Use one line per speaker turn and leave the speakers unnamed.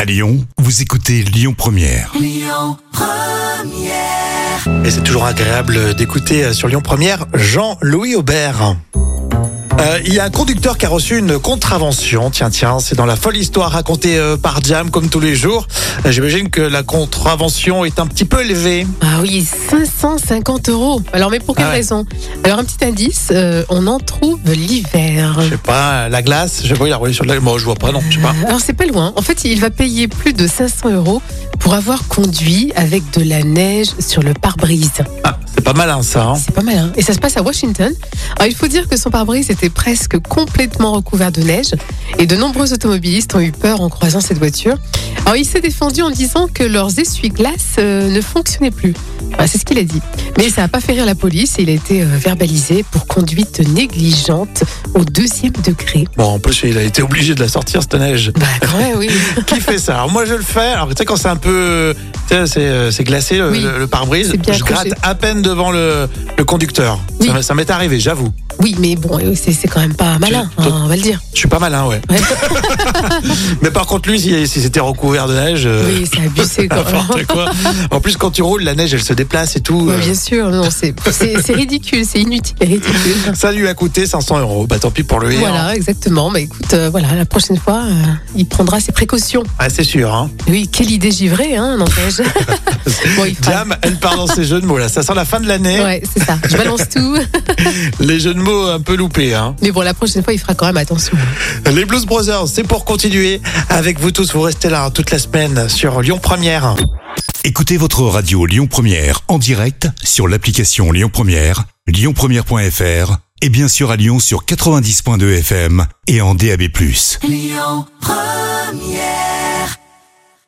À Lyon, vous écoutez Lyon Première.
Et c'est toujours agréable d'écouter euh, sur Lyon Première Jean-Louis Aubert. Euh, Il y a un conducteur qui a reçu une contravention. Tiens, tiens, c'est dans la folle histoire racontée euh, par Jam comme tous les jours. Euh, J'imagine que la contravention est un petit peu élevée.
Ah oui, 550 euros. Alors, mais pour quelle
Ah ouais.
raison Alors, un petit indice, euh, on en trouve l'hiver.
Je sais pas, la glace. Je vois, il a roulé sur de la glace. Moi, je vois pas, non, je sais pas.
Alors, c'est pas loin. En fait, il va payer plus de 500 euros pour avoir conduit avec de la neige sur le pare-brise.
Ah, c'est pas malin, ça. hein.
C'est pas mal, hein Et ça se passe à Washington. Alors, il faut dire que son pare-brise était presque complètement recouvert de neige. Et de nombreux automobilistes ont eu peur en croisant cette voiture. Alors, il s'est défendu en disant que leurs essuie-glaces euh, ne fonctionnaient plus. Enfin, c'est ce qu'il a dit. Mais ça n'a pas fait rire la police et il a été euh, verbalisé pour conduite négligente au deuxième degré.
Bon, en plus, il a été obligé de la sortir, cette neige.
Bah, quand même, oui.
Qui fait ça Alors, moi, je le fais. Alors, tu sais, quand c'est un peu. Tu sais, c'est, euh, c'est glacé, le,
Oui.
le- le pare-brise.
C'est bien
Je gratte
accroché.
à peine devant le, le conducteur. Ça
Oui.
m'est- Ça m'est arrivé, j'avoue.
Oui, mais bon, euh, c'est c'est quand même pas malin,
Tu-
hein, on va le dire.
Je suis pas malin, ouais.
Ouais.
Mais par contre, lui, si, si c'était recouvert de neige. euh,
Oui, c'est abusé quand même.
n'importe quoi. En plus, quand tu roules, la neige, elle se déplace et tout.
Ouais,
euh,
bien sûr, non, c'est c'est- c'est ridicule, c'est inutile et ridicule.
Ça lui a coûté 500 euros. Bah, tant pis pour lui. hein.
Voilà, exactement. Bah écoute, euh, voilà, la prochaine fois, euh, il prendra ses précautions.
Ah, c'est sûr. Hein.
Oui, quelle idée givrée, hein, n'empêche. bon, il fera-
Jam, elle part dans ses jeux de mots là. Ça sent la fin de l'année.
Ouais, c'est ça. Je balance tout.
Les jeux de mots un peu loupés. Hein.
Mais bon, la prochaine fois, il fera quand même attention.
Les Blues Brothers, c'est pour continuer avec vous tous. Vous restez là hein, toute la semaine sur Lyon Première.
Écoutez votre radio Lyon Première en direct sur l'application Lyon Première, lyonpremière.fr et bien sûr à Lyon sur 90.2 FM et en DAB+.